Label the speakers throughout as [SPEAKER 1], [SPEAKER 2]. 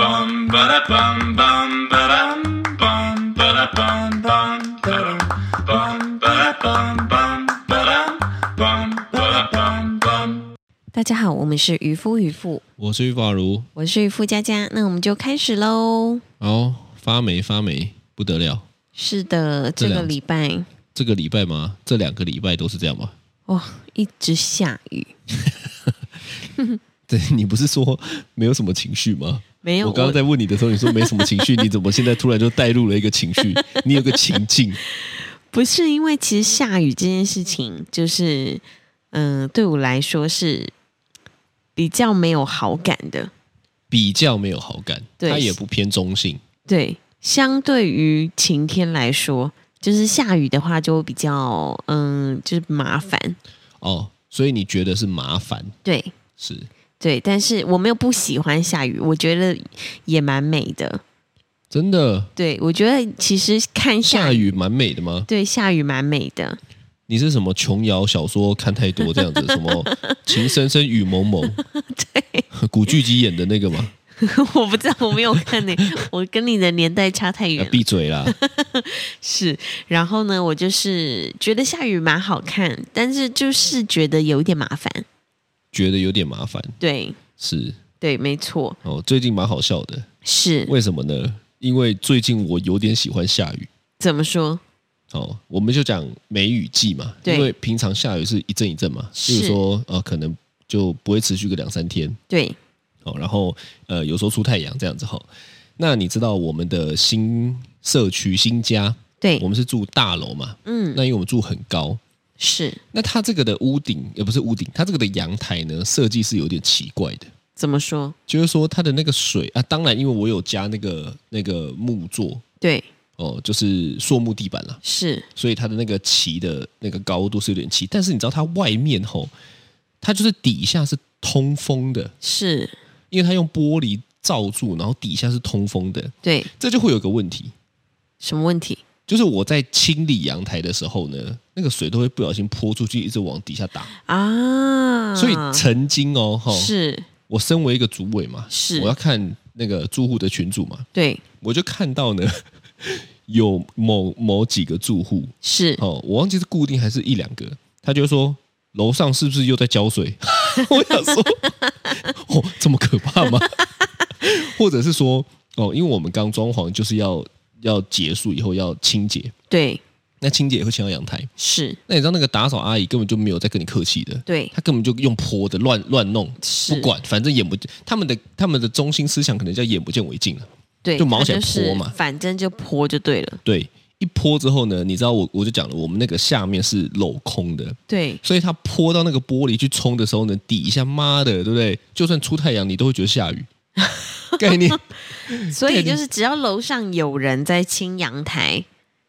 [SPEAKER 1] bum ba da bum bum ba dum bum ba da bum bum ba dum bum ba da bum bum ba dum bum ba da bum bum.
[SPEAKER 2] 大家好，我们是渔夫渔妇，
[SPEAKER 3] 我是于法如，
[SPEAKER 2] 我是渔夫佳佳，那我们就开始喽。
[SPEAKER 3] 好发霉发霉不得了，
[SPEAKER 2] 是的，这
[SPEAKER 3] 这
[SPEAKER 2] 个
[SPEAKER 3] 两
[SPEAKER 2] 礼拜
[SPEAKER 3] 这个礼拜吗？这两个礼拜都是这样吗？
[SPEAKER 2] 哇，一直下雨，
[SPEAKER 3] 对你不是说没有什么情绪吗？
[SPEAKER 2] 没有
[SPEAKER 3] 我刚刚在问你的时候，你说没什么情绪，你怎么现在突然就带入了一个情 绪？你有个情境，
[SPEAKER 2] 不是因为其实下雨这件事情，就是嗯、呃对我来说是比较没有好感的。
[SPEAKER 3] 比较没有好感，
[SPEAKER 2] 对
[SPEAKER 3] 它也不偏中性，
[SPEAKER 2] 对，相对于晴天来说，就是下雨的话就会比较嗯，就是麻烦。
[SPEAKER 3] 哦，所以你觉得是麻烦
[SPEAKER 2] 对
[SPEAKER 3] 是？
[SPEAKER 2] 对，但是我没有不喜欢下雨，我觉得也蛮美的。
[SPEAKER 3] 真的
[SPEAKER 2] 对，我觉得其实看下
[SPEAKER 3] 下
[SPEAKER 2] 雨，
[SPEAKER 3] 雨蛮美的吗？
[SPEAKER 2] 对下雨蛮美的。
[SPEAKER 3] 你是什么琼瑶小说看太多这样子？什么情深深雨 蒙蒙，对， 古巨基演的那个吗？
[SPEAKER 2] 我不知道，我没有看呢、我跟你的年代差太远
[SPEAKER 3] 啊
[SPEAKER 2] 了。
[SPEAKER 3] 闭嘴啦！
[SPEAKER 2] 是，然后呢，我就是觉得下雨蛮好看，但是就是觉得有一点麻烦。
[SPEAKER 3] 觉得有点麻烦，
[SPEAKER 2] 对
[SPEAKER 3] 是
[SPEAKER 2] 对，没错，
[SPEAKER 3] 哦，最近蛮好笑的，
[SPEAKER 2] 是
[SPEAKER 3] 为什么呢？因为最近我有点喜欢下雨
[SPEAKER 2] 怎么说？
[SPEAKER 3] 哦，我们就讲梅雨季嘛，
[SPEAKER 2] 对
[SPEAKER 3] 因为平常下雨是一阵一阵嘛，
[SPEAKER 2] 是
[SPEAKER 3] 例如说呃，可能就不会持续个两三天
[SPEAKER 2] 对，
[SPEAKER 3] 哦，然后呃，有时候出太阳这样子哈、哦。那你知道我们的新社区新家，我
[SPEAKER 2] 对，
[SPEAKER 3] 们是住大楼嘛？
[SPEAKER 2] 嗯，
[SPEAKER 3] 那因为我们住很高，
[SPEAKER 2] 是
[SPEAKER 3] 那它这个的屋顶也不是屋顶，它这个的阳台呢设计是有点奇怪的。
[SPEAKER 2] 怎么说？
[SPEAKER 3] 就是说它的那个水啊，当然因为我有加那个那个木座
[SPEAKER 2] 对，
[SPEAKER 3] 哦，就是塑木地板啦，
[SPEAKER 2] 是
[SPEAKER 3] 所以它的那个旗的那个高度是有点齐，但是你知道它外面吼、它就是底下是通风的，
[SPEAKER 2] 是，
[SPEAKER 3] 因为它用玻璃罩住，然后底下是通风的，
[SPEAKER 2] 对，
[SPEAKER 3] 这就会有个问题，
[SPEAKER 2] 什么问题？
[SPEAKER 3] 就是我在清理阳台的时候呢，那个水都会不小心泼出去，一直往底下打，
[SPEAKER 2] 啊，
[SPEAKER 3] 所以曾经哦，吼、
[SPEAKER 2] 是
[SPEAKER 3] 我身为一个主委嘛，
[SPEAKER 2] 是
[SPEAKER 3] 我要看那个住户的群主嘛，
[SPEAKER 2] 对，
[SPEAKER 3] 我就看到呢， 有某某几个住户
[SPEAKER 2] 是
[SPEAKER 3] 哦，我忘记是固定还是一两个，他就说楼上是不是又在浇水？ 我想说，哦，这么可怕吗？ 或者是说，哦，因为我们刚装潢，就是要要结束以后要清洁，
[SPEAKER 2] 对，
[SPEAKER 3] 那清洁也会清到阳台。
[SPEAKER 2] 是
[SPEAKER 3] 那你知道那个打扫阿姨根本就没有在跟你客气的，
[SPEAKER 2] 对，
[SPEAKER 3] 她根本就用泼的乱乱弄，
[SPEAKER 2] 是
[SPEAKER 3] 不管，反正眼不他们的他们的中心思想可能叫眼不见为净啊了。
[SPEAKER 2] 对，
[SPEAKER 3] 就毛
[SPEAKER 2] 它
[SPEAKER 3] 起来
[SPEAKER 2] 是
[SPEAKER 3] 泼嘛
[SPEAKER 2] 反正就泼就对了。
[SPEAKER 3] 对，一泼之后呢，你知道我我就讲了，我们那个下面是镂空的，
[SPEAKER 2] 对，
[SPEAKER 3] 所以它泼到那个玻璃去冲的时候呢，底下妈的，对不对？就算出太阳，你都会觉得下 雨。概念
[SPEAKER 2] 所以
[SPEAKER 3] 对
[SPEAKER 2] 就
[SPEAKER 3] 你
[SPEAKER 2] 是只要楼上有人在清阳台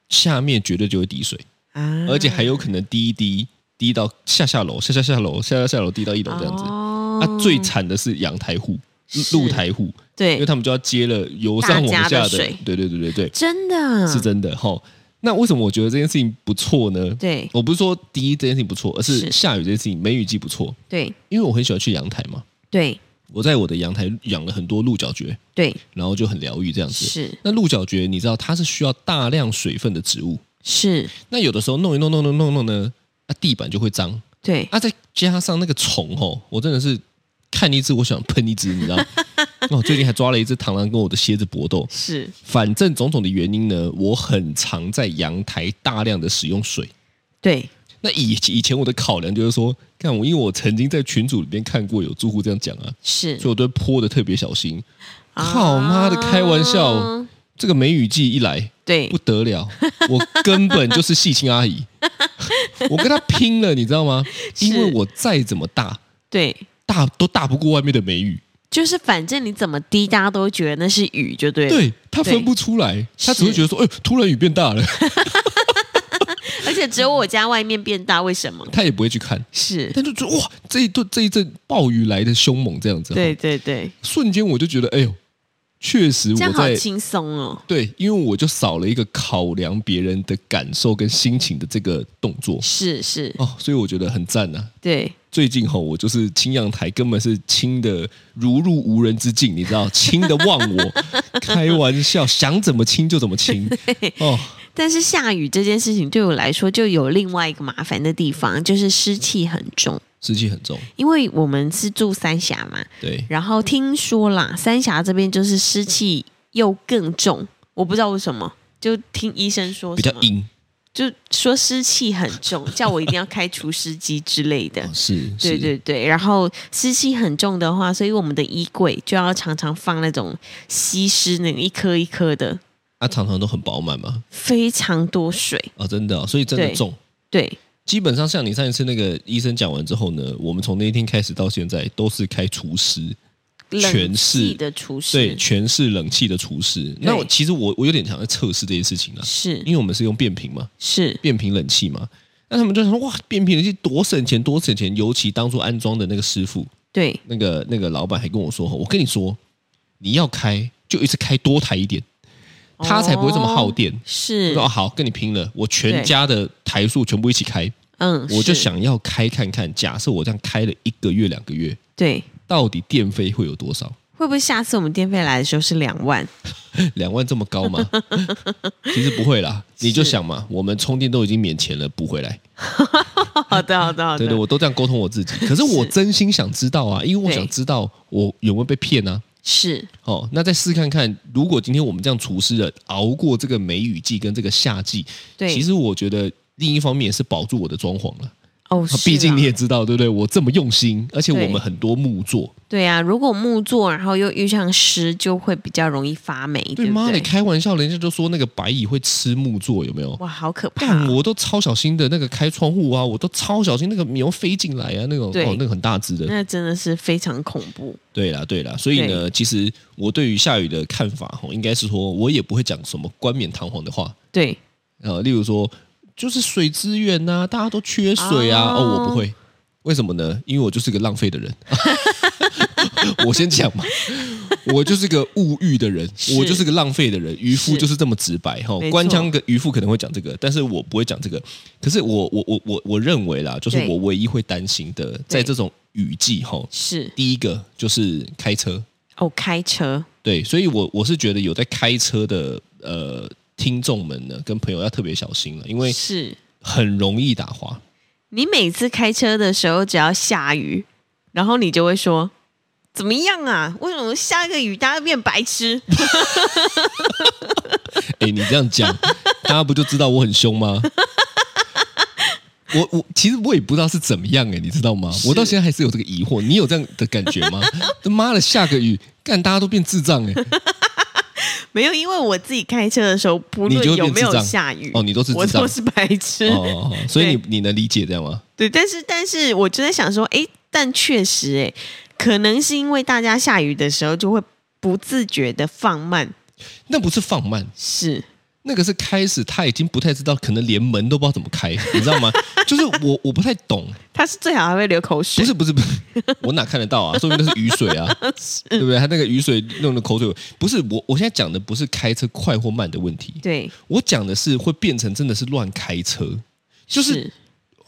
[SPEAKER 3] 下面绝对就会滴水，
[SPEAKER 2] 啊，
[SPEAKER 3] 而且还有可能滴一滴滴到下下楼、下下下楼、下下下楼滴到一楼这样子。
[SPEAKER 2] 哦
[SPEAKER 3] 啊，最惨的是阳台户、
[SPEAKER 2] 是
[SPEAKER 3] 露台户，因为
[SPEAKER 2] 对，
[SPEAKER 3] 他们就要接了由上
[SPEAKER 2] 大
[SPEAKER 3] 往
[SPEAKER 2] 家
[SPEAKER 3] 下
[SPEAKER 2] 的
[SPEAKER 3] 的，
[SPEAKER 2] 水
[SPEAKER 3] 对对对对对，
[SPEAKER 2] 真的
[SPEAKER 3] 是真的哈、齁那为什么我觉得这件事情不错呢？
[SPEAKER 2] 对
[SPEAKER 3] 我不是说第一这件事情不错，而
[SPEAKER 2] 是
[SPEAKER 3] 是下雨这件事情，梅雨季不错，
[SPEAKER 2] 对
[SPEAKER 3] 因为我很喜欢去阳台嘛。
[SPEAKER 2] 对
[SPEAKER 3] 我在我的阳台养了很多鹿角蕨，
[SPEAKER 2] 对，
[SPEAKER 3] 然后就很疗愈这样子。
[SPEAKER 2] 是
[SPEAKER 3] 那鹿角蕨，你知道它是需要大量水分的植物，
[SPEAKER 2] 是，
[SPEAKER 3] 那有的时候弄一弄弄弄弄弄呢，啊，地板就会脏，
[SPEAKER 2] 对
[SPEAKER 3] 啊，再加上那个虫吼，我真的是看一只我想喷一只，你知道？ 哦，最近还抓了一只螳螂跟我的蝎子搏斗。
[SPEAKER 2] 是
[SPEAKER 3] 反正种种的原因呢，我很常在阳台大量的使用水。
[SPEAKER 2] 对
[SPEAKER 3] 那以以前我的考量就是说，看我，因为我曾经在群组里面看过有住户这样讲啊，
[SPEAKER 2] 是
[SPEAKER 3] 所以，我都泼的特别小心。靠妈的，开玩笑！
[SPEAKER 2] 啊
[SPEAKER 3] 这个梅雨季一来
[SPEAKER 2] 对
[SPEAKER 3] 不得了，我根本就是戏亲 阿姨，我跟她拼了，你知道吗？
[SPEAKER 2] 是
[SPEAKER 3] 因为我再怎么大，
[SPEAKER 2] 对，
[SPEAKER 3] 大都大不过外面的梅雨，
[SPEAKER 2] 就是反正你怎么滴，大家都觉得那是雨，就对了。
[SPEAKER 3] 对她分不出来，她只会觉得说，哎，突然雨变大了，
[SPEAKER 2] 而且只有我家外面变大，为什么？
[SPEAKER 3] 她也不会去看，
[SPEAKER 2] 是，
[SPEAKER 3] 但就觉得哇，这一顿这一阵暴雨来的凶猛这样子，
[SPEAKER 2] 对对对，
[SPEAKER 3] 瞬间我就觉得，哎呦，确实
[SPEAKER 2] 这样
[SPEAKER 3] 我
[SPEAKER 2] 好
[SPEAKER 3] 在
[SPEAKER 2] 轻松哦。
[SPEAKER 3] 对，因为我就少了一个考量别人的感受跟心情的这个动作
[SPEAKER 2] 是是，
[SPEAKER 3] 哦，所以我觉得很赞呐、
[SPEAKER 2] 对，
[SPEAKER 3] 最近吼，我就是清阳台，根本是清的如入无人之境，你知道，清的忘我，开玩笑，想怎么清就怎么清哦，
[SPEAKER 2] 但是下雨这件事情对我来说就有另外一个麻烦的地方，就是湿气很重。
[SPEAKER 3] 湿气很重，
[SPEAKER 2] 因为我们是住三峡嘛，
[SPEAKER 3] 对，
[SPEAKER 2] 然后听说啦，三峡这边就是湿气又更重，我不知道为什么，就听医生说
[SPEAKER 3] 比较
[SPEAKER 2] 什么
[SPEAKER 3] 阴，
[SPEAKER 2] 就说湿气很重，叫我一定要开除湿机之类的
[SPEAKER 3] 哦。是，
[SPEAKER 2] 对
[SPEAKER 3] 是，
[SPEAKER 2] 对对，然后湿气很重的话，所以我们的衣柜就要常常放那种吸湿那个一颗一颗的，
[SPEAKER 3] 啊，常常都很饱满嘛，
[SPEAKER 2] 非常多水。
[SPEAKER 3] 啊，真的哦、所以真的
[SPEAKER 2] 对
[SPEAKER 3] 重。
[SPEAKER 2] 对，
[SPEAKER 3] 基本上像你上一次那个医生讲完之后呢，我们从那一天开始到现在都是开除湿，
[SPEAKER 2] 冷
[SPEAKER 3] 全
[SPEAKER 2] 气
[SPEAKER 3] 是
[SPEAKER 2] 的除湿
[SPEAKER 3] 对，全是冷气的除湿。那我其实我我有点想在测试这件事情啊，
[SPEAKER 2] 是
[SPEAKER 3] 因为我们是用变频嘛，
[SPEAKER 2] 是
[SPEAKER 3] 变频冷气嘛，那他们就想说哇，变频冷气多省钱，多省钱。尤其当初安装的那个师傅，
[SPEAKER 2] 对
[SPEAKER 3] 那个那个老板还跟我说，我跟你说，你要开就一次开多台一点，它才不会这么耗电。我
[SPEAKER 2] 是
[SPEAKER 3] 说哦，好，跟你拼了！我全
[SPEAKER 2] 对
[SPEAKER 3] 家的台数全部一起开，
[SPEAKER 2] 嗯，
[SPEAKER 3] 我就是想要开看看。假设我这样开了一个月、两个月，
[SPEAKER 2] 对，
[SPEAKER 3] 到底电费会有多少？
[SPEAKER 2] 会不会下次我们电费来的时候是两 万？
[SPEAKER 3] 两万这么 高吗？其实不会啦，你就是想嘛，我们充电都已经免钱了，补回来。
[SPEAKER 2] 好的好的好
[SPEAKER 3] 对对，
[SPEAKER 2] 的，
[SPEAKER 3] 我都这样沟通 我自己。可是我真心想知道啊，因为我
[SPEAKER 2] 对
[SPEAKER 3] 想知道我有没有被骗啊。
[SPEAKER 2] 是
[SPEAKER 3] 哦，那再试看看，如果今天我们这样除湿了，熬过这个梅雨季跟这个夏季，
[SPEAKER 2] 对。
[SPEAKER 3] 其实我觉得另一方面也是保住我的装潢了。
[SPEAKER 2] 哦，
[SPEAKER 3] 啊
[SPEAKER 2] 是
[SPEAKER 3] 毕竟
[SPEAKER 2] 啊
[SPEAKER 3] 你也知道，对不对？我这么用心，而且
[SPEAKER 2] 对
[SPEAKER 3] 我们很多木作，
[SPEAKER 2] 对啊，如果木做，然后又遇上湿，就会比较容易发霉，对不
[SPEAKER 3] 妈的，
[SPEAKER 2] 对？
[SPEAKER 3] 开玩笑，人家就说那个白蚁会吃木作，有没有？
[SPEAKER 2] 哇，好可怕
[SPEAKER 3] 干，
[SPEAKER 2] 哦！
[SPEAKER 3] 我都超小心的，那个开窗户啊，我都超小心，那个牛飞进来啊，那种
[SPEAKER 2] 对嗯
[SPEAKER 3] 哦，那个很大只的。
[SPEAKER 2] 那真的是非常恐怖。
[SPEAKER 3] 对啦，对啦，所以呢，其实我对于下雨的看法，吼，应该是说我也不会讲什么冠冕堂皇的话，
[SPEAKER 2] 对，
[SPEAKER 3] 呃，例如说就是水资源呐、大家都缺水啊，
[SPEAKER 2] 哦
[SPEAKER 3] 哦我不会，为什么呢？因为我就是个浪费的 人。我先讲嘛，我就是个物欲的人，
[SPEAKER 2] 是
[SPEAKER 3] 我就是个浪费的人，渔夫
[SPEAKER 2] 是
[SPEAKER 3] 就是这么直白哈
[SPEAKER 2] 没。错
[SPEAKER 3] 官腔的渔夫可能会讲这个，但是我不会讲这个。可是我我我我我认为啦，就是
[SPEAKER 2] 对
[SPEAKER 3] 我唯一会担心的，在这种雨季哈，
[SPEAKER 2] 是
[SPEAKER 3] 第一个就是开车，
[SPEAKER 2] 哦，开车
[SPEAKER 3] 对，所以我我是觉得有在开车的呃听众们呢，跟朋友要特别小心了，因为
[SPEAKER 2] 是
[SPEAKER 3] 很容易打 滑。
[SPEAKER 2] 你每次开车的时候，只要下雨，然后你就会说。怎么样啊？为什么下个雨大家变白痴？
[SPEAKER 3] 哎，你这样讲，大家不就知道我很凶吗？我我其实我也不知道是怎么样哎，你知道吗？我到现在还是有这个疑惑。你有这样的感觉吗？他妈的，下个雨干大家都变智障哎！
[SPEAKER 2] 没有，因为我自己开车的时候，不
[SPEAKER 3] 你就
[SPEAKER 2] 论
[SPEAKER 3] 会
[SPEAKER 2] 有
[SPEAKER 3] 变
[SPEAKER 2] 没
[SPEAKER 3] 智
[SPEAKER 2] 有
[SPEAKER 3] 障
[SPEAKER 2] 下雨，
[SPEAKER 3] 哦你都是
[SPEAKER 2] 我
[SPEAKER 3] 智障
[SPEAKER 2] 都是白痴。
[SPEAKER 3] 哦哦，哦所以你你能理解这样吗？
[SPEAKER 2] 对，但是但是我就在想说，诶，但确实，诶，可能是因为大家下雨的时候就会不自觉的放慢，
[SPEAKER 3] 那不是放慢，
[SPEAKER 2] 是
[SPEAKER 3] 那个是开始他已经不太知道，可能连门都不知道怎么开，你知道吗？就是我我不太懂，
[SPEAKER 2] 他是最好还会流口水，
[SPEAKER 3] 不是不是不 是，我哪看得到啊？说明那是雨水 啊，对不对？他那个雨水弄的口水，不是我我现在讲的不是开车快或慢的问题，
[SPEAKER 2] 对，
[SPEAKER 3] 我讲的是会变成真的是乱开车，就是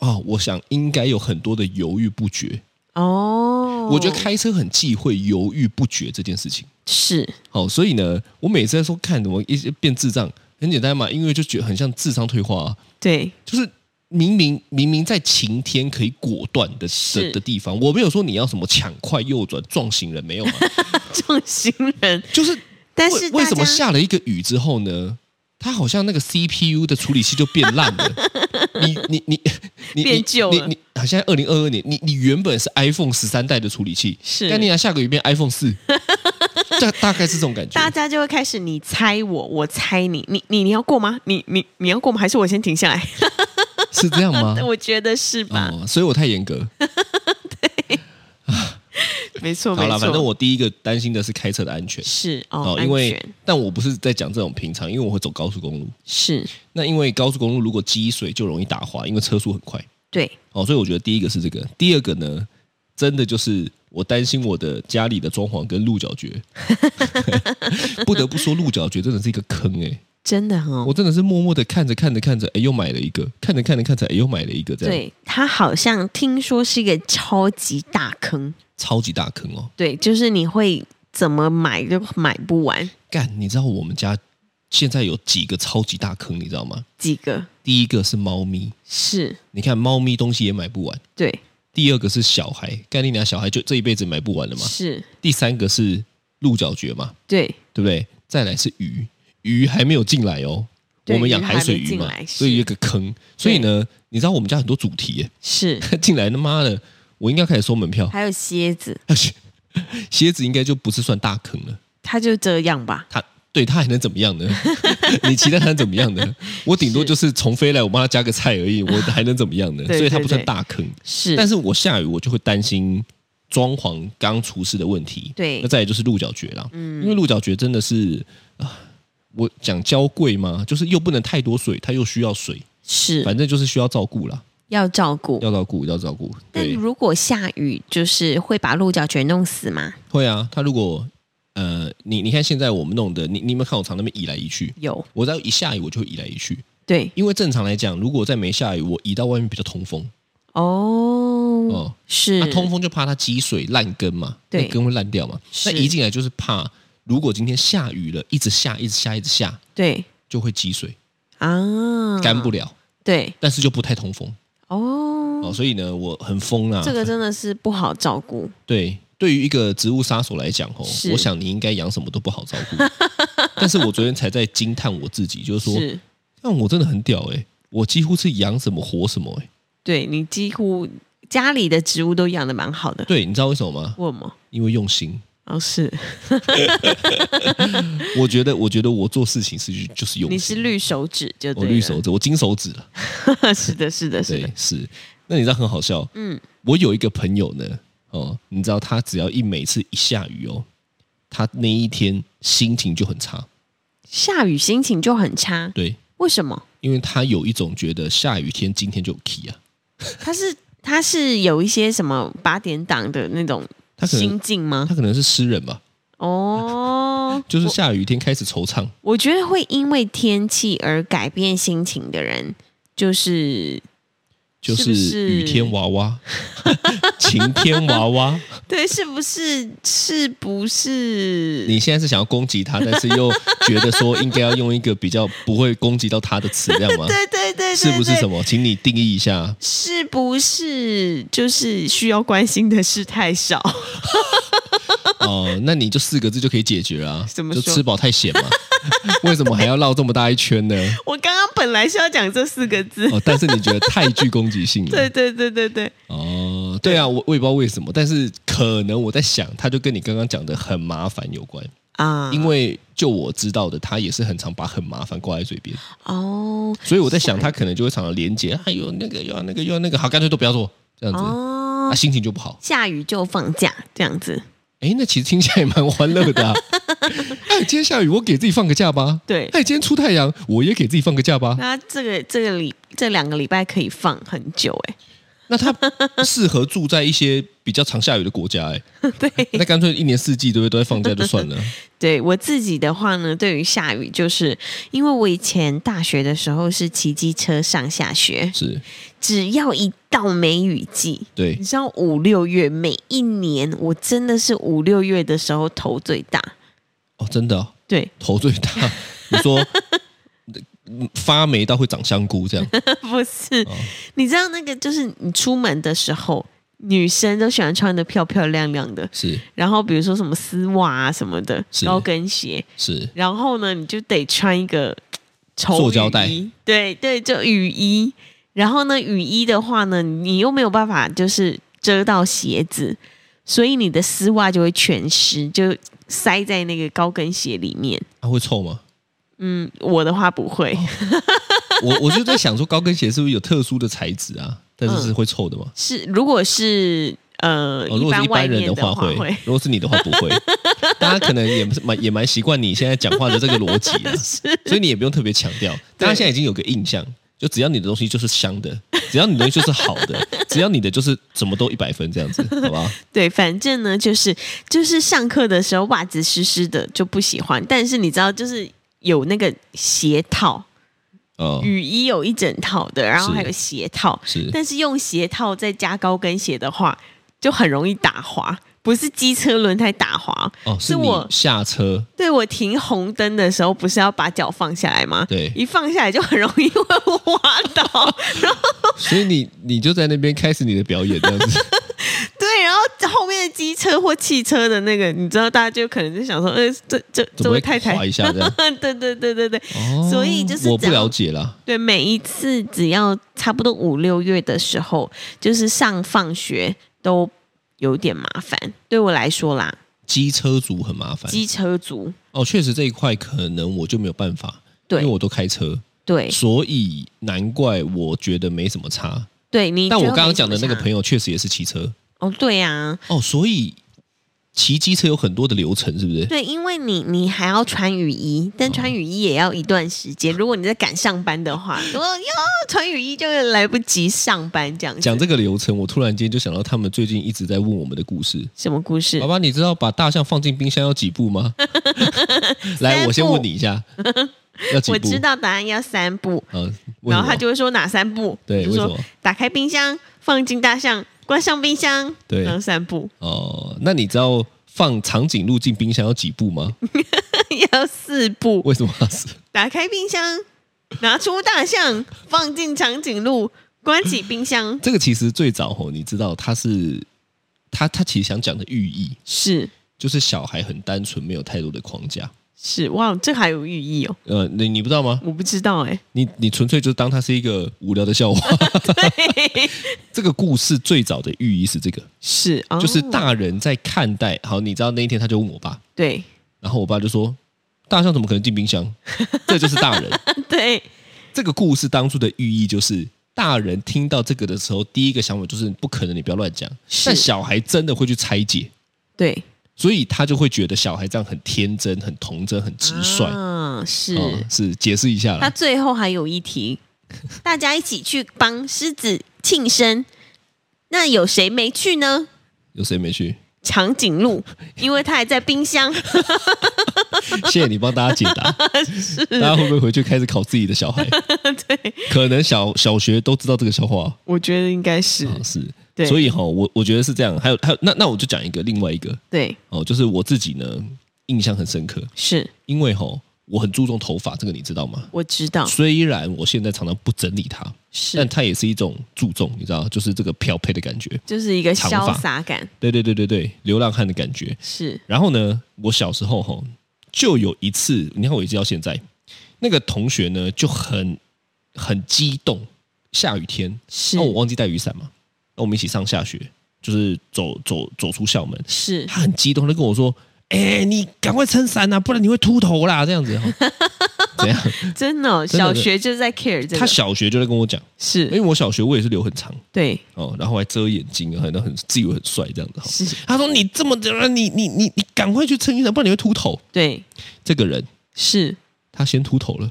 [SPEAKER 3] 啊、我想应该有很多的犹豫不决。
[SPEAKER 2] 哦，
[SPEAKER 3] 我觉得开车很忌讳犹豫不决这件事情。
[SPEAKER 2] 是
[SPEAKER 3] 好、所以呢，我每次在说看我一些变智障，很简单嘛，因为就觉得很像智商退化、啊，
[SPEAKER 2] 对
[SPEAKER 3] 就是。明明明明在晴天可以果断的的
[SPEAKER 2] 是
[SPEAKER 3] 的地方，我没有说你要什么抢快右转撞行人，没有嘛？啊
[SPEAKER 2] 撞行人，
[SPEAKER 3] 就是
[SPEAKER 2] 但
[SPEAKER 3] 为
[SPEAKER 2] 是
[SPEAKER 3] 为
[SPEAKER 2] 大
[SPEAKER 3] 什么
[SPEAKER 2] 家
[SPEAKER 3] 下了一个雨之后呢？它好像那个 CPU 的处理器就变烂了。你你你你
[SPEAKER 2] 变旧
[SPEAKER 3] 你
[SPEAKER 2] 了
[SPEAKER 3] 你，好像二零二二年，你你原本是 iPhone 十三代的处理器，
[SPEAKER 2] 是
[SPEAKER 3] 但你啊俩下个雨变 iPhone 四，大大概是这种感觉
[SPEAKER 2] 大。家就会开始你猜我，我猜你，你你你要过吗？你你你要过吗？还是我先停下来？？
[SPEAKER 3] 是这样吗
[SPEAKER 2] 我觉得是吧？
[SPEAKER 3] 哦，所以我太严格。
[SPEAKER 2] 没错，
[SPEAKER 3] 好
[SPEAKER 2] 没
[SPEAKER 3] 了，
[SPEAKER 2] 错，
[SPEAKER 3] 反正我第一个担心的是开车的安全
[SPEAKER 2] 是哦，
[SPEAKER 3] 因
[SPEAKER 2] 安
[SPEAKER 3] 为
[SPEAKER 2] 全
[SPEAKER 3] 但我不是在讲这种平常，因为我会走高速公路。
[SPEAKER 2] 是
[SPEAKER 3] 那因为高速公路如果积水就容易打滑，因为车速很快。
[SPEAKER 2] 对
[SPEAKER 3] 哦，所以我觉得第一个是这个，第二个呢，真的就是我担心我的家里的装潢跟鹿角蕨。不得不说，鹿角蕨真的是一个坑哎、
[SPEAKER 2] 真的哦
[SPEAKER 3] 我。真的是默默的看着看着看着，哎，又买了一个；看着看着看着，哎，又买了一个，这样
[SPEAKER 2] 对，它好像听说是一个超级大坑，
[SPEAKER 3] 超级大坑哦。
[SPEAKER 2] 对，就是你会怎么买都买不完
[SPEAKER 3] 干，你知道我们家现在有几个超级大坑，你知道吗？
[SPEAKER 2] 几个，
[SPEAKER 3] 第一个是猫咪，
[SPEAKER 2] 是
[SPEAKER 3] 你看猫咪东西也买不完；
[SPEAKER 2] 对，
[SPEAKER 3] 第二个是小孩，干你俩小孩就这一辈子买不完了嘛；
[SPEAKER 2] 是，
[SPEAKER 3] 第三个是鹿角蕨嘛，
[SPEAKER 2] 对，
[SPEAKER 3] 对不对？再来是鱼，鱼还没有进来哦。
[SPEAKER 2] 对
[SPEAKER 3] 我们养海水
[SPEAKER 2] 鱼还没
[SPEAKER 3] 鱼
[SPEAKER 2] 进
[SPEAKER 3] 嘛
[SPEAKER 2] 来，是
[SPEAKER 3] 所以有一个坑。所以呢，你知道我们家很多主题耶，
[SPEAKER 2] 是，
[SPEAKER 3] 进来他妈的，我应该开始收门票。
[SPEAKER 2] 还有蝎子，
[SPEAKER 3] 蝎子应该就不是算大坑了，
[SPEAKER 2] 它就这样吧，
[SPEAKER 3] 它对它还能怎么样呢？ 你期待它能怎么样呢？我顶多就是从飞来，我帮它加个菜而已，我还能怎么样呢？
[SPEAKER 2] 对
[SPEAKER 3] 所以它
[SPEAKER 2] 对
[SPEAKER 3] 不算
[SPEAKER 2] 对
[SPEAKER 3] 大坑。
[SPEAKER 2] 是，
[SPEAKER 3] 但是我下雨，我就会担心装潢刚出事的问题。
[SPEAKER 2] 对
[SPEAKER 3] 那再来就是鹿角蕨啦，
[SPEAKER 2] 嗯
[SPEAKER 3] 因为鹿角蕨真的是啊，我讲娇贵嘛，就是又不能太多水，它又需要水，
[SPEAKER 2] 是
[SPEAKER 3] 反正就是需要照顾啦，
[SPEAKER 2] 要照顾。
[SPEAKER 3] 要照顾，要照顾。
[SPEAKER 2] 但
[SPEAKER 3] 对，
[SPEAKER 2] 如果下雨，就是会把鹿角蕨弄死吗？
[SPEAKER 3] 会啊，它如果呃，你你看现在我们弄的，你你有没有看我常那边移来移去？
[SPEAKER 2] 有，
[SPEAKER 3] 我只要一下雨，我就会移来移去，
[SPEAKER 2] 对，
[SPEAKER 3] 因为正常来讲，如果在没下雨，我移到外面比较通风
[SPEAKER 2] 哦，
[SPEAKER 3] 哦。
[SPEAKER 2] 是
[SPEAKER 3] 那、通风就怕它积水烂根嘛，
[SPEAKER 2] 对
[SPEAKER 3] 那根会烂掉嘛。
[SPEAKER 2] 是
[SPEAKER 3] 那移进来就是怕，如果今天下雨了，一直下，一直下，一直下，
[SPEAKER 2] 对
[SPEAKER 3] 就会积水，
[SPEAKER 2] 啊，
[SPEAKER 3] 干不了，
[SPEAKER 2] 对
[SPEAKER 3] 但是就不太通风
[SPEAKER 2] 哦，
[SPEAKER 3] 哦。所以呢，我很疯啊。
[SPEAKER 2] 这个真的是不好照顾，
[SPEAKER 3] 对，对于一个植物杀手来讲，哦
[SPEAKER 2] 是，
[SPEAKER 3] 我想你应该养什么都不好照顾。 但是我昨天才在惊叹我自己，就是说，
[SPEAKER 2] 是
[SPEAKER 3] 但我真的很屌哎、我几乎是养什么活什么哎、
[SPEAKER 2] 对你几乎家里的植物都养的蛮好的，
[SPEAKER 3] 对，你知道为什么吗？
[SPEAKER 2] 为什么？
[SPEAKER 3] 因为用心。
[SPEAKER 2] 哦，是
[SPEAKER 3] 我觉得，我觉得我做事情是就是用心。
[SPEAKER 2] 你是绿手指就
[SPEAKER 3] 我
[SPEAKER 2] 对了，
[SPEAKER 3] 绿手指，我金手指 了。
[SPEAKER 2] 是的，是的，是
[SPEAKER 3] 对
[SPEAKER 2] 的，，
[SPEAKER 3] 是。那你知道很好笑，
[SPEAKER 2] 嗯，
[SPEAKER 3] 我有一个朋友呢，哦，你知道他只要一每次一下雨哦，他那一天心情就很差，
[SPEAKER 2] 下雨心情就很差，
[SPEAKER 3] 对，
[SPEAKER 2] 为什么？
[SPEAKER 3] 因为他有一种觉得下雨天今天就有 key 啊，
[SPEAKER 2] 它是它是有一些什么八点档的那种
[SPEAKER 3] 他可
[SPEAKER 2] 心
[SPEAKER 3] 能
[SPEAKER 2] 境吗？
[SPEAKER 3] 他可能是诗人吧，
[SPEAKER 2] 哦，
[SPEAKER 3] 就是下雨天开始惆怅，
[SPEAKER 2] 我觉得会因为天气而改变心情的人，就是
[SPEAKER 3] 就是
[SPEAKER 2] 不是
[SPEAKER 3] 雨天娃娃、 晴天 娃娃。
[SPEAKER 2] 对，是不是？是不是？
[SPEAKER 3] 你现在是想要攻击他，但是又觉得说应该要用一个比较不会攻击到他的词，这样 吗？
[SPEAKER 2] 对对对对，
[SPEAKER 3] 是不是
[SPEAKER 2] 对
[SPEAKER 3] 什？么？请你定义一 下。
[SPEAKER 2] 是不是就是需要关心的事太少？
[SPEAKER 3] 哦，那你就四个字就可以解决了啊，
[SPEAKER 2] 怎么
[SPEAKER 3] 就
[SPEAKER 2] 说
[SPEAKER 3] 吃饱太闲嘛？ 为什么还要绕这么大一圈呢？
[SPEAKER 2] 我刚刚本来是要讲这四个字。
[SPEAKER 3] 哦，但是你觉得太具攻击性 了。
[SPEAKER 2] 对对对对对，
[SPEAKER 3] 哦，对啊，我我也不知道为什么，但是可能我在想，它就跟你刚刚讲的很麻烦有关，
[SPEAKER 2] 啊，
[SPEAKER 3] 因为就我知道的，他也是很常把很麻烦挂在嘴边，
[SPEAKER 2] 哦
[SPEAKER 3] 所以我在想，他可能就会常常连接，哎呦那个又要那个又要那个，好，干脆都不要做，这样子，
[SPEAKER 2] 哦
[SPEAKER 3] 啊，，心情就不好。
[SPEAKER 2] 下雨就放假这样子，
[SPEAKER 3] 哎，那其实听起来也蛮欢乐的、啊。 哎，今天下雨，我给自己放个假吧。
[SPEAKER 2] 对
[SPEAKER 3] 哎，今天出太阳，我也给自己放个 假吧。
[SPEAKER 2] 那这个这个礼这两个礼拜可以放很久哎、
[SPEAKER 3] 那它适合住在一些比较常下雨的国家、哎，
[SPEAKER 2] 对
[SPEAKER 3] 那干脆一年四季对不对都在放假就算了。
[SPEAKER 2] 对我自己的话呢，对于下雨，就是因为我以前大学的时候是骑机车上下学，
[SPEAKER 3] 是，
[SPEAKER 2] 只要一到梅雨季，
[SPEAKER 3] 对
[SPEAKER 2] 你，知道五六月每一年，我真的是五六月的时候头最大。
[SPEAKER 3] 哦，真的哦、
[SPEAKER 2] 对，
[SPEAKER 3] 头最大。你说嗯发霉到会长香菇 这样？
[SPEAKER 2] 不是，你知道那个就是你出门的时候，女生都喜欢穿的漂漂亮亮的，
[SPEAKER 3] 是
[SPEAKER 2] 然后比如说什么丝袜啊什么的，
[SPEAKER 3] 是
[SPEAKER 2] 高跟鞋，
[SPEAKER 3] 是，
[SPEAKER 2] 然后呢，你就得穿一个绸
[SPEAKER 3] 塑胶袋
[SPEAKER 2] 雨衣，对对，就雨衣。然后呢，雨衣的话呢，你又没有办法就是遮到鞋子，所以你的丝袜就会全湿，就塞在那个高跟鞋里面。
[SPEAKER 3] 它、啊会臭吗？
[SPEAKER 2] 嗯，我的话不会，
[SPEAKER 3] 哦我我就在想说，高跟鞋是不是有特殊的材质啊？但是是
[SPEAKER 2] 嗯
[SPEAKER 3] 会臭的吗？
[SPEAKER 2] 是如果是呃、
[SPEAKER 3] 哦，如果是一
[SPEAKER 2] 外
[SPEAKER 3] 般人
[SPEAKER 2] 面
[SPEAKER 3] 的
[SPEAKER 2] 的
[SPEAKER 3] 话会，
[SPEAKER 2] 会
[SPEAKER 3] 如果是你的话不会。大家可能也不是蛮也蛮习惯你现在讲话的这个逻辑 了，所以你也不用特别强调。大家现在已经有个印象，就只要你的东西就是香的，只要你的东西就是好的，只要你的就是怎么都一百分这样子，好不好？
[SPEAKER 2] 对，反正呢就是就是上课的时候袜子湿湿的就不喜欢，但是你知道就是。有那个鞋套，
[SPEAKER 3] 哦，
[SPEAKER 2] 雨衣有一整套的，然后
[SPEAKER 3] 是
[SPEAKER 2] 还有鞋套。
[SPEAKER 3] 是
[SPEAKER 2] 但是用鞋套再加高跟鞋的话，就很容易打滑，不是机车轮胎打滑。
[SPEAKER 3] 哦，
[SPEAKER 2] 是
[SPEAKER 3] 是你
[SPEAKER 2] 我
[SPEAKER 3] 下车
[SPEAKER 2] 对我停红灯的时候，不是要把脚放下来吗？
[SPEAKER 3] 对
[SPEAKER 2] 一放下来就很容易会滑倒。
[SPEAKER 3] 所以你你就在那边开始你的表演这样子，
[SPEAKER 2] 对，然后后面的机车或汽车的那个，你知道，大家就可能就想说，呃，这这
[SPEAKER 3] 怎
[SPEAKER 2] 这
[SPEAKER 3] 么
[SPEAKER 2] 位
[SPEAKER 3] 会
[SPEAKER 2] 太太
[SPEAKER 3] 滑，一下这样？
[SPEAKER 2] 对对对对对，
[SPEAKER 3] 哦，
[SPEAKER 2] 所以就是
[SPEAKER 3] 我不
[SPEAKER 2] 只要
[SPEAKER 3] 了解啦，
[SPEAKER 2] 对，每一次只要差不多五六月的时候，就是上放学都有点麻烦。对我来说啦，
[SPEAKER 3] 机车族很麻烦
[SPEAKER 2] 机车族，
[SPEAKER 3] 哦，确实这一块可能我就没有办法，因为
[SPEAKER 2] 对
[SPEAKER 3] 我都开车，
[SPEAKER 2] 对
[SPEAKER 3] 所以难怪我觉得没什么差。
[SPEAKER 2] 对，你
[SPEAKER 3] 但我刚刚讲的那个朋
[SPEAKER 2] 友，
[SPEAKER 3] 友确实也是骑车
[SPEAKER 2] 哦，对啊，
[SPEAKER 3] 哦，所以骑机车有很多的流程，是不是？
[SPEAKER 2] 对，因为你你还要穿雨衣，但
[SPEAKER 3] 哦
[SPEAKER 2] 穿雨衣也要一段时间。如果你在赶上班的话，我要穿雨衣就来不及上班这样子。
[SPEAKER 3] 讲这个流程，我突然间就想到他们最近一直在问我们的故事。
[SPEAKER 2] 什么故事
[SPEAKER 3] 爸？爸，你知道把大象放进冰箱要几 步吗？来，我先问你一下，要几步？
[SPEAKER 2] 我知道答案要三步，
[SPEAKER 3] 嗯，为
[SPEAKER 2] 然后
[SPEAKER 3] 什么
[SPEAKER 2] 他就会说哪三步？
[SPEAKER 3] 对
[SPEAKER 2] 就
[SPEAKER 3] 为什
[SPEAKER 2] 说
[SPEAKER 3] 么
[SPEAKER 2] 打开冰箱，放进大象，关上冰箱，
[SPEAKER 3] 对
[SPEAKER 2] 然后三步
[SPEAKER 3] 哦，那你知道放长颈鹿进冰箱要几步吗？
[SPEAKER 2] 要四步，
[SPEAKER 3] 为什么要死？
[SPEAKER 2] 打开冰箱，拿出大象，放进长颈鹿，关起冰 箱，
[SPEAKER 3] 这个其实最早吼，你知道它是它它其实想讲的寓意
[SPEAKER 2] 是
[SPEAKER 3] 就是小孩很单纯，没有太多的框架。
[SPEAKER 2] 是，哇，这还有寓意哦，
[SPEAKER 3] 呃，你你不知道吗？
[SPEAKER 2] 我不知道哎、
[SPEAKER 3] 你你纯粹就是当它是一个无聊的 笑话。 这个故事最早的寓意是这个，
[SPEAKER 2] 是，哦、
[SPEAKER 3] 就是大人在看待。好，你知道那一天他就问我爸，
[SPEAKER 2] 对
[SPEAKER 3] 然后我爸就说：“大象怎么可能进冰箱？这就是大人。”
[SPEAKER 2] 对，
[SPEAKER 3] 这个故事当初的寓意就是，大人听到这个的时候，第一个想法就是不可能，你不要乱讲。
[SPEAKER 2] 是
[SPEAKER 3] 但小孩真的会去拆解，
[SPEAKER 2] 对，
[SPEAKER 3] 所以他就会觉得小孩这样很天真、很童真、很直率。
[SPEAKER 2] 啊，是。
[SPEAKER 3] 哦是解释一下
[SPEAKER 2] 他
[SPEAKER 3] 啦，
[SPEAKER 2] 最后还有一题，大家一起去帮狮子庆生，那有谁没去呢？
[SPEAKER 3] 有谁没去？
[SPEAKER 2] 长颈鹿， 因为它还在冰箱。
[SPEAKER 3] 谢谢你帮大家解 答。大家会不会回去开始考自己的小孩？
[SPEAKER 2] 对，
[SPEAKER 3] 可能小小学都知道这个笑话
[SPEAKER 2] 我觉得应该是
[SPEAKER 3] 啊，是。
[SPEAKER 2] 对
[SPEAKER 3] 所以哈、我我觉得是这样。还有还有，那那我就讲一个另外一个
[SPEAKER 2] 对，
[SPEAKER 3] 哦，就是我自己呢印象很深刻，
[SPEAKER 2] 是
[SPEAKER 3] 因为哈、我很注重头发，这个你知道吗？
[SPEAKER 2] 我知道，
[SPEAKER 3] 虽然我现在常常不整理它，
[SPEAKER 2] 是
[SPEAKER 3] 但它也是一种注重，你知道，就是这个漂配的感觉。
[SPEAKER 2] 就是一个
[SPEAKER 3] 长
[SPEAKER 2] 潇
[SPEAKER 3] 发
[SPEAKER 2] 洒感，
[SPEAKER 3] 对对对对对，流浪汉的感觉。
[SPEAKER 2] 是
[SPEAKER 3] 然后呢，我小时候吼就有一次，你看我一直到现在，那个同学呢就很很激动，下雨天，
[SPEAKER 2] 是
[SPEAKER 3] 那哦我忘记带雨伞嘛，那我们一起上下学，就是走走走出校门，
[SPEAKER 2] 是
[SPEAKER 3] 他很激动，他跟我说：“哎、你赶快撑伞啊呐、不然你会秃头啦！”这样子哈，怎样？
[SPEAKER 2] 真的哦，
[SPEAKER 3] 真
[SPEAKER 2] 小
[SPEAKER 3] 的
[SPEAKER 2] 学就在 care 这
[SPEAKER 3] 他哎
[SPEAKER 2] 个，
[SPEAKER 3] 小学就在跟我讲，因
[SPEAKER 2] 是
[SPEAKER 3] 为我小学我也是留很长。
[SPEAKER 2] 对
[SPEAKER 3] 哦，然后还遮眼睛，很很自以为很帅这样子哈。
[SPEAKER 2] 是，
[SPEAKER 3] 他说：“你这么的，你你你你赶快去撑雨伞，不然你会秃头。
[SPEAKER 2] 对”
[SPEAKER 3] 这个人
[SPEAKER 2] 是
[SPEAKER 3] 他先秃头了，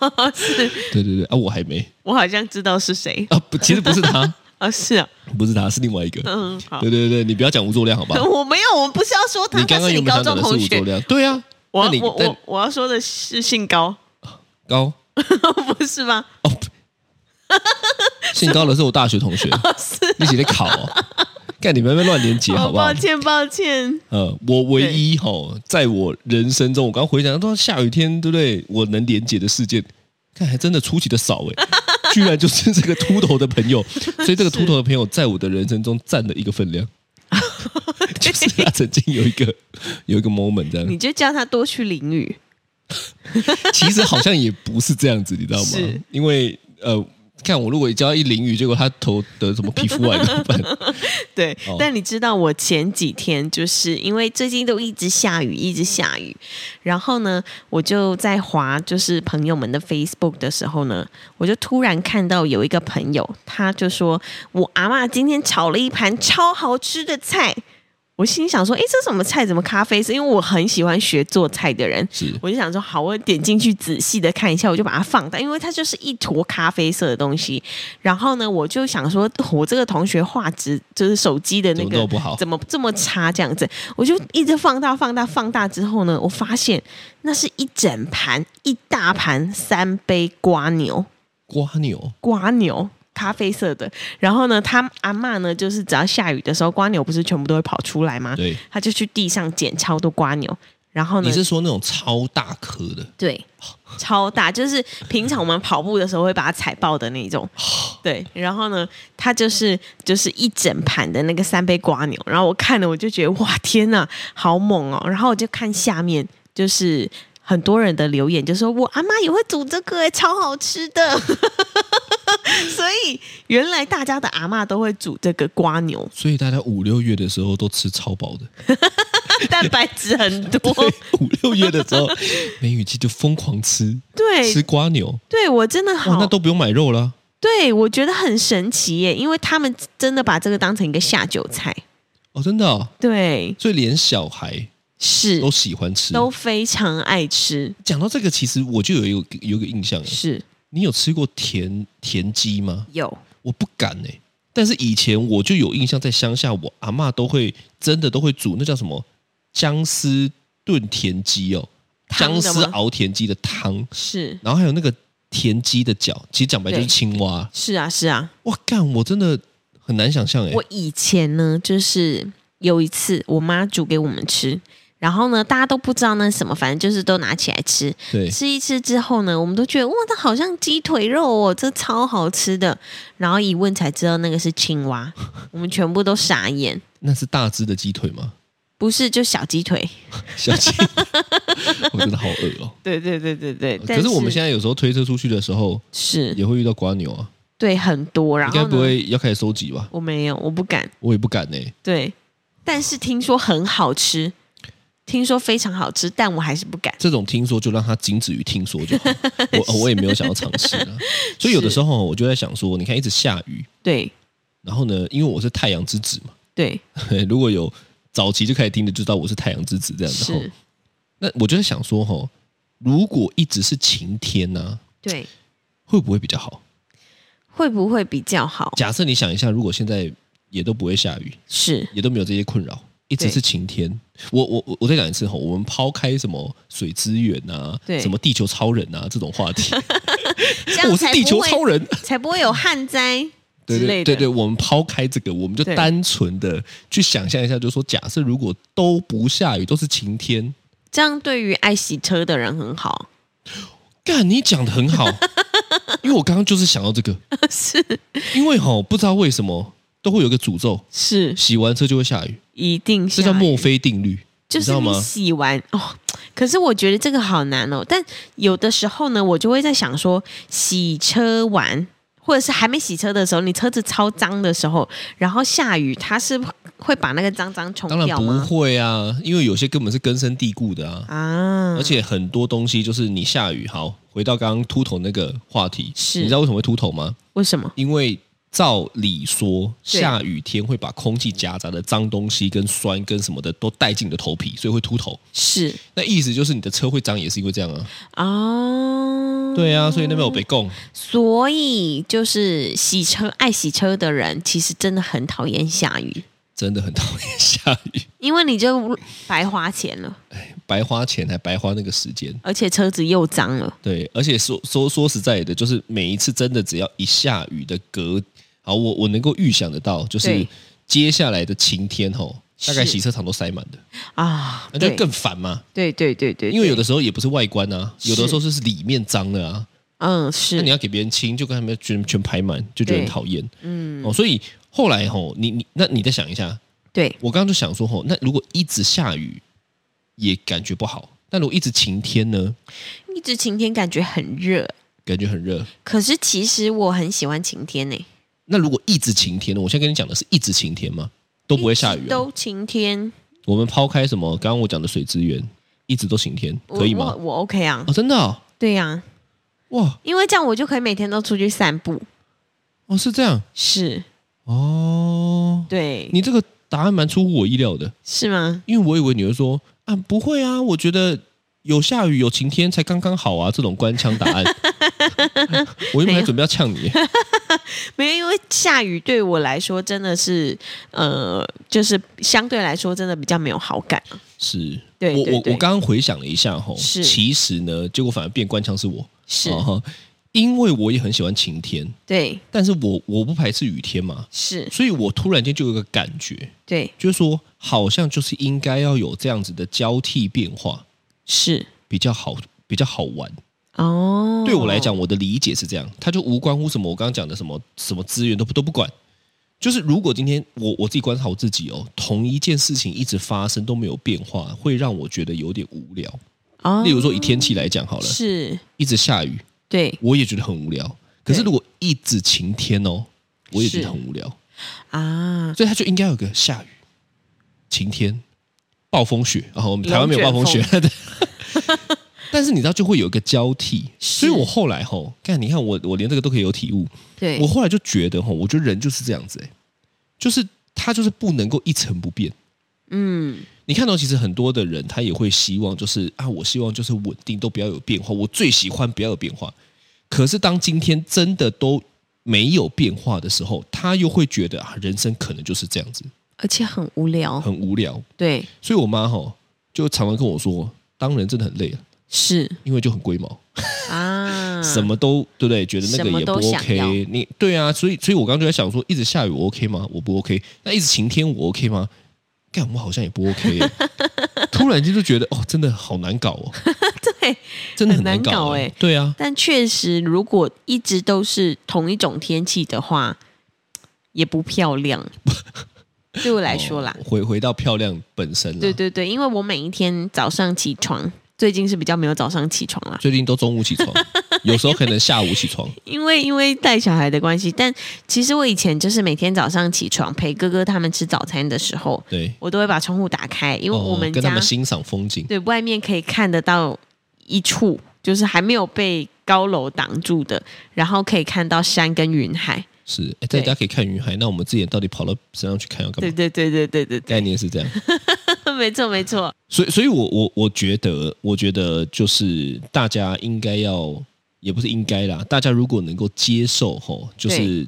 [SPEAKER 2] 哦是，
[SPEAKER 3] 对对对啊，我还没
[SPEAKER 2] 我好像知道是谁
[SPEAKER 3] 啊，不，其实不 是他，
[SPEAKER 2] 啊，是啊，
[SPEAKER 3] 不是他，是另外一个。
[SPEAKER 2] 嗯，好
[SPEAKER 3] 对，对对，你不要讲吴作亮好吧？
[SPEAKER 2] 我没有，我们不是要说他，
[SPEAKER 3] 你刚
[SPEAKER 2] 他
[SPEAKER 3] 刚
[SPEAKER 2] 是
[SPEAKER 3] 有
[SPEAKER 2] 你
[SPEAKER 3] 没有
[SPEAKER 2] 高
[SPEAKER 3] 想讲
[SPEAKER 2] 中
[SPEAKER 3] 的是
[SPEAKER 2] 同
[SPEAKER 3] 吴作
[SPEAKER 2] 学。
[SPEAKER 3] 亮？对啊，
[SPEAKER 2] 我
[SPEAKER 3] 那你
[SPEAKER 2] 我
[SPEAKER 3] 但
[SPEAKER 2] 我我要说的是姓高，
[SPEAKER 3] 高
[SPEAKER 2] 不是吗？
[SPEAKER 3] 哦， 不姓高的是我大学同学，一起在考哦。干你们在那边乱连接好不好
[SPEAKER 2] 啊哦抱？歉抱歉，
[SPEAKER 3] 呃，我唯一吼、在我人生中，我刚回想到下雨天，对不对？我能连接的事件，看还真的出奇的少哎、居然就是这个秃头的 朋友，所以这个秃头的朋友在我的人生中占了一 个分量，就是他曾经有一个有一个 moment 这
[SPEAKER 2] 你
[SPEAKER 3] 样，
[SPEAKER 2] 就叫他多去淋雨。
[SPEAKER 3] 其实好像也不是这样子，你知道吗
[SPEAKER 2] 是？
[SPEAKER 3] 因为呃。看我如果只要一淋雨，结果他头得什么皮肤啊癌怎 么办？
[SPEAKER 2] 对，
[SPEAKER 3] 哦
[SPEAKER 2] 但你知道我前几天就是因为最近都一直下雨，一直下雨，然后呢，我就在滑就是朋友们的 Facebook 的时候呢，我就突然看到有一个朋友，他就说我阿嬷今天炒了一盘超好吃的菜，我心想说，哎，这什么菜？怎么咖啡色？因为我很喜欢学做菜的人，
[SPEAKER 3] 是
[SPEAKER 2] 我就想说，好，我点进去仔细的看一下，我就把它放大，因为它就是一坨咖啡色的东西。然后呢，我就想说，我这个同学画质就是手机的那
[SPEAKER 3] 怎么
[SPEAKER 2] 个
[SPEAKER 3] 弄不好
[SPEAKER 2] 怎么这么差这样子？我就一直放大、放大、放大之后呢，我发现那是一整盘、一大盘三杯瓜牛。
[SPEAKER 3] 瓜牛，
[SPEAKER 2] 瓜牛，咖啡色的。然后呢，他阿嬷呢，就是只要下雨的时候，瓜牛不是全部都会跑出来吗？
[SPEAKER 3] 对，
[SPEAKER 2] 他就去地上捡超多瓜牛，然后呢
[SPEAKER 3] 你，是说那种超大颗的？
[SPEAKER 2] 对，超大，就是平常我们跑步的时候会把它踩爆的那 种。对，然后呢，它就是就是一整盘的那个三杯瓜牛，然后我看了我就觉得哇天呐，好猛哦！然后我就看下面就是。很多人的留言就说：“我阿妈也会煮这个、欸，超好吃的。” 所以原来大家的阿妈都会煮这个瓜牛，
[SPEAKER 3] 所以大家五六月的时候都吃超饱的，
[SPEAKER 2] 蛋白质很 多。
[SPEAKER 3] 五六月的时 候，梅雨季就疯狂吃吃
[SPEAKER 2] 对，
[SPEAKER 3] 瓜牛，
[SPEAKER 2] 对我真的
[SPEAKER 3] 哇，
[SPEAKER 2] 哎好
[SPEAKER 3] 那都不用买肉了。
[SPEAKER 2] 对，我觉得很神奇耶，因为他们真的把这个当成一个下酒菜。
[SPEAKER 3] 哦，真的、哦，
[SPEAKER 2] 对，
[SPEAKER 3] 所以连小孩
[SPEAKER 2] 是
[SPEAKER 3] 都喜欢吃。
[SPEAKER 2] 都非常爱吃，
[SPEAKER 3] 讲到这个，其实我就有一个有一个印象，
[SPEAKER 2] 是
[SPEAKER 3] 你有吃过田田鸡吗？
[SPEAKER 2] 有
[SPEAKER 3] 我不敢哎、但是以前我就有印象，在乡下，我阿嬷都会真的都会煮那叫什么姜丝炖田鸡哦，
[SPEAKER 2] 汤
[SPEAKER 3] 姜
[SPEAKER 2] 的
[SPEAKER 3] 丝
[SPEAKER 2] 吗
[SPEAKER 3] 熬田鸡的汤，
[SPEAKER 2] 是
[SPEAKER 3] 然后还有那个田鸡的脚，其实讲白就是
[SPEAKER 2] 对
[SPEAKER 3] 青蛙。
[SPEAKER 2] 是啊是啊。
[SPEAKER 3] 哇，干，我真的很难想象哎、
[SPEAKER 2] 我以前呢，就是有一次我妈煮给我们吃，然后呢大家都不知道那是什么，反正就是都拿起来吃，
[SPEAKER 3] 对，
[SPEAKER 2] 吃一吃之后呢，我们都觉得哇，那好像鸡腿肉哦，这超好吃的。然后一问才知道那个是青蛙，我们全部都傻眼，
[SPEAKER 3] 那是大只的鸡腿 吗？
[SPEAKER 2] 不是就小鸡腿。
[SPEAKER 3] 小鸡，我真的好饿哦。
[SPEAKER 2] 对对对对对，
[SPEAKER 3] 可
[SPEAKER 2] 但
[SPEAKER 3] 是我们
[SPEAKER 2] 在
[SPEAKER 3] 现在有时候推车出去的时候，
[SPEAKER 2] 是
[SPEAKER 3] 也会遇到瓜牛啊。
[SPEAKER 2] 对很多，然
[SPEAKER 3] 你
[SPEAKER 2] 后呢
[SPEAKER 3] 该不会要开始收集吧？
[SPEAKER 2] 我没有，我不敢。
[SPEAKER 3] 我也不敢呢、欸
[SPEAKER 2] 对，但是听说很好吃，听说非常好吃，但我还是不敢。
[SPEAKER 3] 这种听说就让它仅止于听说就 好，我我也没有想要尝试啊。所以有的时候我就在想说，你看一直下雨，
[SPEAKER 2] 对
[SPEAKER 3] 然后呢，因为我是太阳之子嘛，
[SPEAKER 2] 对，
[SPEAKER 3] 如果有早期就开始听的，就知道我是太阳之子这样子吼
[SPEAKER 2] 是。，
[SPEAKER 3] 那我就在想说，吼，如果一直是晴天呢、
[SPEAKER 2] 对，
[SPEAKER 3] 会不会比较好？
[SPEAKER 2] 会不会比较好？
[SPEAKER 3] 假设你想一下，如果现在也都不会下雨，
[SPEAKER 2] 是
[SPEAKER 3] 也都没有这些困扰，一直
[SPEAKER 2] 对
[SPEAKER 3] 是晴天。我我我我再讲一次吼，我们抛开什么水资源啊，
[SPEAKER 2] 对
[SPEAKER 3] 什么地球超人啊这种 话题，
[SPEAKER 2] 这样
[SPEAKER 3] 我是
[SPEAKER 2] 才
[SPEAKER 3] 地
[SPEAKER 2] 不
[SPEAKER 3] 球
[SPEAKER 2] 会
[SPEAKER 3] 超人，
[SPEAKER 2] 才不会有旱灾
[SPEAKER 3] 对
[SPEAKER 2] 之类
[SPEAKER 3] 对
[SPEAKER 2] 的。
[SPEAKER 3] 对对，我们抛开这个，我们就
[SPEAKER 2] 对
[SPEAKER 3] 单纯的去想象一下，就是说，假设如果都不下雨，都是晴天，
[SPEAKER 2] 这样对于爱洗车的人很好。
[SPEAKER 3] 干，你讲的 很好，因为我刚刚就是想到这个，
[SPEAKER 2] 是
[SPEAKER 3] 因为哈、不知道为什么都会有一个诅咒，
[SPEAKER 2] 是，
[SPEAKER 3] 洗完车就会下雨，
[SPEAKER 2] 一定
[SPEAKER 3] 这
[SPEAKER 2] 是
[SPEAKER 3] 叫墨菲定律，
[SPEAKER 2] 就
[SPEAKER 3] 你知
[SPEAKER 2] 是
[SPEAKER 3] 道吗
[SPEAKER 2] 你？洗完哦，可是我觉得这个好难哦。但有的时候呢，我就会在想说，洗车完或者是还没洗车的时候，你车子超脏的时候，然后下雨，它是会把那个脏脏冲
[SPEAKER 3] 当然
[SPEAKER 2] 掉
[SPEAKER 3] 不
[SPEAKER 2] 吗？
[SPEAKER 3] 会啊，因为有些根本是根深蒂固的啊，
[SPEAKER 2] 啊，
[SPEAKER 3] 而且很多东西就是你下雨，好，回到刚刚秃头那个话题，
[SPEAKER 2] 是
[SPEAKER 3] 你知道为什么会秃头吗？
[SPEAKER 2] 为什么？
[SPEAKER 3] 因为照理说，
[SPEAKER 2] 对
[SPEAKER 3] 下雨天会把空气夹杂的脏东西跟酸跟什么的都带进你的头皮，所以会秃头。
[SPEAKER 2] 是
[SPEAKER 3] 那意思就是你的车会脏，也是因为这样啊。
[SPEAKER 2] 啊，
[SPEAKER 3] 对啊，所以那边有被供。
[SPEAKER 2] 所以就是洗车爱洗车的人，其实真的很讨厌下雨，
[SPEAKER 3] 真的很讨厌下雨，
[SPEAKER 2] 因为你就白花钱了，
[SPEAKER 3] 白花钱还白花那个时间。
[SPEAKER 2] 而且车子又脏了。
[SPEAKER 3] 对，而且说说说实在的，就是每一次真的只要一下雨的隔，好，我我能够预想得到，就是
[SPEAKER 2] 对
[SPEAKER 3] 接下来的晴天吼，大概
[SPEAKER 2] 是
[SPEAKER 3] 洗车场都塞满的，
[SPEAKER 2] 啊，
[SPEAKER 3] 那就
[SPEAKER 2] 对
[SPEAKER 3] 哎更烦嘛。
[SPEAKER 2] 对对对对，
[SPEAKER 3] 因为有的
[SPEAKER 2] 对
[SPEAKER 3] 时候也不是外观啊，有的
[SPEAKER 2] 是
[SPEAKER 3] 时候就是里面脏了啊。
[SPEAKER 2] 嗯
[SPEAKER 3] 那
[SPEAKER 2] 是
[SPEAKER 3] 你要给别人清，就跟他们全全排满，就觉得很
[SPEAKER 2] 对
[SPEAKER 3] 讨厌。嗯，哦，所以后来吼，你你那你再想一下，
[SPEAKER 2] 对
[SPEAKER 3] 我刚刚就想说吼，那如果一直下雨也感觉不好，但如果一直晴天呢，
[SPEAKER 2] 一直晴天感觉很热，
[SPEAKER 3] 感觉很热。
[SPEAKER 2] 可是其实我很喜欢晴天呢、欸
[SPEAKER 3] 那如果一直晴天呢？我现在跟你讲的是一直晴天吗？都不会下雨、哦。
[SPEAKER 2] 都晴天，
[SPEAKER 3] 我们抛开什么？刚刚我讲的水资源，一直都晴天，
[SPEAKER 2] 我
[SPEAKER 3] 可以
[SPEAKER 2] 我
[SPEAKER 3] 吗？
[SPEAKER 2] 我 OK 啊，
[SPEAKER 3] 哦，真的哦，
[SPEAKER 2] 对呀、
[SPEAKER 3] 哇，
[SPEAKER 2] 因为这样我就可以每天都出去散步，
[SPEAKER 3] 哦是这样
[SPEAKER 2] 是
[SPEAKER 3] 哦。
[SPEAKER 2] 对，
[SPEAKER 3] 你这个答案蛮出乎我意料的，
[SPEAKER 2] 是吗？
[SPEAKER 3] 因为我以为你会说啊，不会啊，我觉得有下雨有晴天才刚刚好啊，这种官腔答 案，我原本还准备要呛你，
[SPEAKER 2] 没有，因为下雨对我来说真的是，呃，就是相对来说真的比较没有好感。
[SPEAKER 3] 是
[SPEAKER 2] 对
[SPEAKER 3] 我
[SPEAKER 2] 对
[SPEAKER 3] 我
[SPEAKER 2] 对
[SPEAKER 3] 我刚刚回想了一下吼，
[SPEAKER 2] 是
[SPEAKER 3] 其实呢，结果反而变官腔是我，
[SPEAKER 2] 是，
[SPEAKER 3] 啊哈因为我也很喜欢晴天，
[SPEAKER 2] 对，
[SPEAKER 3] 但是我我不排斥雨天嘛，
[SPEAKER 2] 是，
[SPEAKER 3] 所以我突然间就有一个感觉，
[SPEAKER 2] 对，
[SPEAKER 3] 就是说好像就是应该要有这样子的交替变化，
[SPEAKER 2] 是。
[SPEAKER 3] 比较好，比较好玩。
[SPEAKER 2] 哦，
[SPEAKER 3] 对我来，讲，我的理解是这样，它就无关乎什么我刚刚讲的什么什么资源都不都不管。就是如果今天我我自己观察我自己哦，同一件事情一直发生都没有变化，会让我觉得有点无聊。
[SPEAKER 2] 哦、
[SPEAKER 3] 例如说以天气来讲好了，
[SPEAKER 2] 是，
[SPEAKER 3] 一直下雨，
[SPEAKER 2] 对
[SPEAKER 3] 我也觉得很无聊。可是
[SPEAKER 2] 对
[SPEAKER 3] 如果一直晴天哦，我也觉
[SPEAKER 2] 是
[SPEAKER 3] 得很无聊。
[SPEAKER 2] 啊，
[SPEAKER 3] 所以它就应该有个下雨、晴天、暴风雪。然、后我们台湾没有暴风雪
[SPEAKER 2] 龙，
[SPEAKER 3] 对。但是你知道就会有一个交替，
[SPEAKER 2] 是
[SPEAKER 3] 所以我后来吼，看你看我我连这个都可以有体悟，
[SPEAKER 2] 对，
[SPEAKER 3] 我后来就觉得吼，我觉得人就是这样子、欸，就是他就是不能够一成不变。
[SPEAKER 2] 嗯，
[SPEAKER 3] 你看到其实很多的人他也会希望就是啊，我希望就是稳定，都不要有变化，我最喜欢不要有变化。可是当今天真的都没有变化的时候，他又会觉得啊，人生可能就是这样子。
[SPEAKER 2] 而且很无聊，
[SPEAKER 3] 很无聊，
[SPEAKER 2] 对，
[SPEAKER 3] 所以我妈哈就常常跟我说，当人真的很累了，啊
[SPEAKER 2] 是
[SPEAKER 3] 因为就很龟毛，
[SPEAKER 2] 啊，
[SPEAKER 3] 什么都对不对？觉得那
[SPEAKER 2] 什
[SPEAKER 3] 个
[SPEAKER 2] 么
[SPEAKER 3] 也不
[SPEAKER 2] 都想
[SPEAKER 3] OK，你对啊，所以所以我刚刚就在想说，一直下雨我 OK 吗？我不 OK，那一直晴天我 OK 吗？干，我好像也不 OK，耶 突然间就觉得哦，真的好难搞哦，
[SPEAKER 2] 对？
[SPEAKER 3] 真的
[SPEAKER 2] 很难
[SPEAKER 3] 难搞
[SPEAKER 2] 搞
[SPEAKER 3] 啊
[SPEAKER 2] 哎
[SPEAKER 3] 对啊，
[SPEAKER 2] 但确实，如果一直都是同一种天气的话，也不漂 亮。对我来说啦，
[SPEAKER 3] 哦回回到漂亮本身了，
[SPEAKER 2] 对对对，因为我每一天早上起床，最近是比较没有早上起床啦，
[SPEAKER 3] 最近都中午 起床，有时候可能下午起床，
[SPEAKER 2] 因为因为带小孩的关系。但其实我以前就是每天早上起床陪哥哥他们吃早餐的时候，
[SPEAKER 3] 对，
[SPEAKER 2] 我都会把窗户打开，因为
[SPEAKER 3] 哦
[SPEAKER 2] 我们
[SPEAKER 3] 跟他
[SPEAKER 2] 家、
[SPEAKER 3] 们欣赏风景，
[SPEAKER 2] 对外面可以看得到一处，就是还没有被高楼挡住的，然后可以看到山跟云海。
[SPEAKER 3] 是，哎大
[SPEAKER 2] 对
[SPEAKER 3] 家可以看云海，那我们之前到底跑到山上去看要干嘛
[SPEAKER 2] 对？对对对对对
[SPEAKER 3] 概念是这样。
[SPEAKER 2] 对， 没错没错，
[SPEAKER 3] 所以，所以我我我觉得，我觉得就是大家应该要，也不是应该啦，大家如果能够接受吼，就是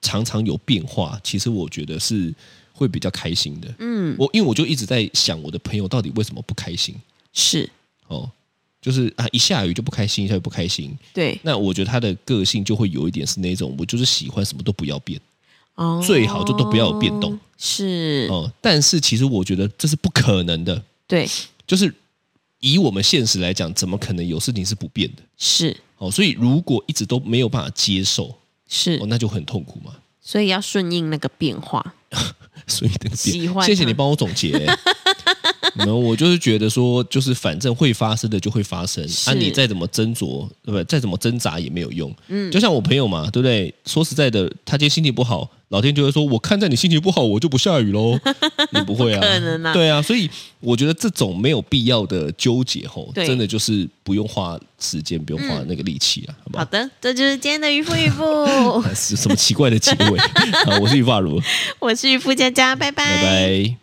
[SPEAKER 3] 常常有变化，其实我觉得是会比较开心的。
[SPEAKER 2] 嗯，
[SPEAKER 3] 我因为我就一直在想，我的朋友到底为什么不开心
[SPEAKER 2] 是
[SPEAKER 3] 哦？就是啊，一下雨就不开心，一下雨不开心。
[SPEAKER 2] 对
[SPEAKER 3] 那我觉得他的个性就会有一点是那种，我就是喜欢什么都不要变
[SPEAKER 2] 哦，
[SPEAKER 3] 最好就都不要有变动，
[SPEAKER 2] 是，
[SPEAKER 3] 哦。但是其实我觉得这是不可能的，
[SPEAKER 2] 对
[SPEAKER 3] 就是以我们现实来讲，怎么可能有事情是不变的？
[SPEAKER 2] 是
[SPEAKER 3] 哦，所以如果一直都没有办法接受，
[SPEAKER 2] 是
[SPEAKER 3] 哦，，那就很痛苦嘛。
[SPEAKER 2] 所以要顺应那个变化，
[SPEAKER 3] 所以那个
[SPEAKER 2] 喜欢
[SPEAKER 3] 谢谢
[SPEAKER 2] 它
[SPEAKER 3] 你帮我总结、 没有，我就是觉得说，就是反正会发生的就会发生，
[SPEAKER 2] 是
[SPEAKER 3] 啊，你再怎么斟酌，呃对不对？再怎么挣扎也没有用。
[SPEAKER 2] 嗯
[SPEAKER 3] 就像我朋友嘛，对不对？说实在的，他今天心情不好，老天就会说，我看在你心情不好，我就不下 雨喽。你不会啊？
[SPEAKER 2] 可能啊
[SPEAKER 3] 对啊，所以我觉得这种没有必要的纠结吼，
[SPEAKER 2] 对
[SPEAKER 3] 真的就是不用花时间，不用花那个力气啊，好不
[SPEAKER 2] 好
[SPEAKER 3] 好？
[SPEAKER 2] 的，这就是今天的渔夫渔夫，
[SPEAKER 3] 呃是什么奇怪的结尾？啊，我是于发如，
[SPEAKER 2] 我是渔夫佳佳，拜
[SPEAKER 3] 拜拜。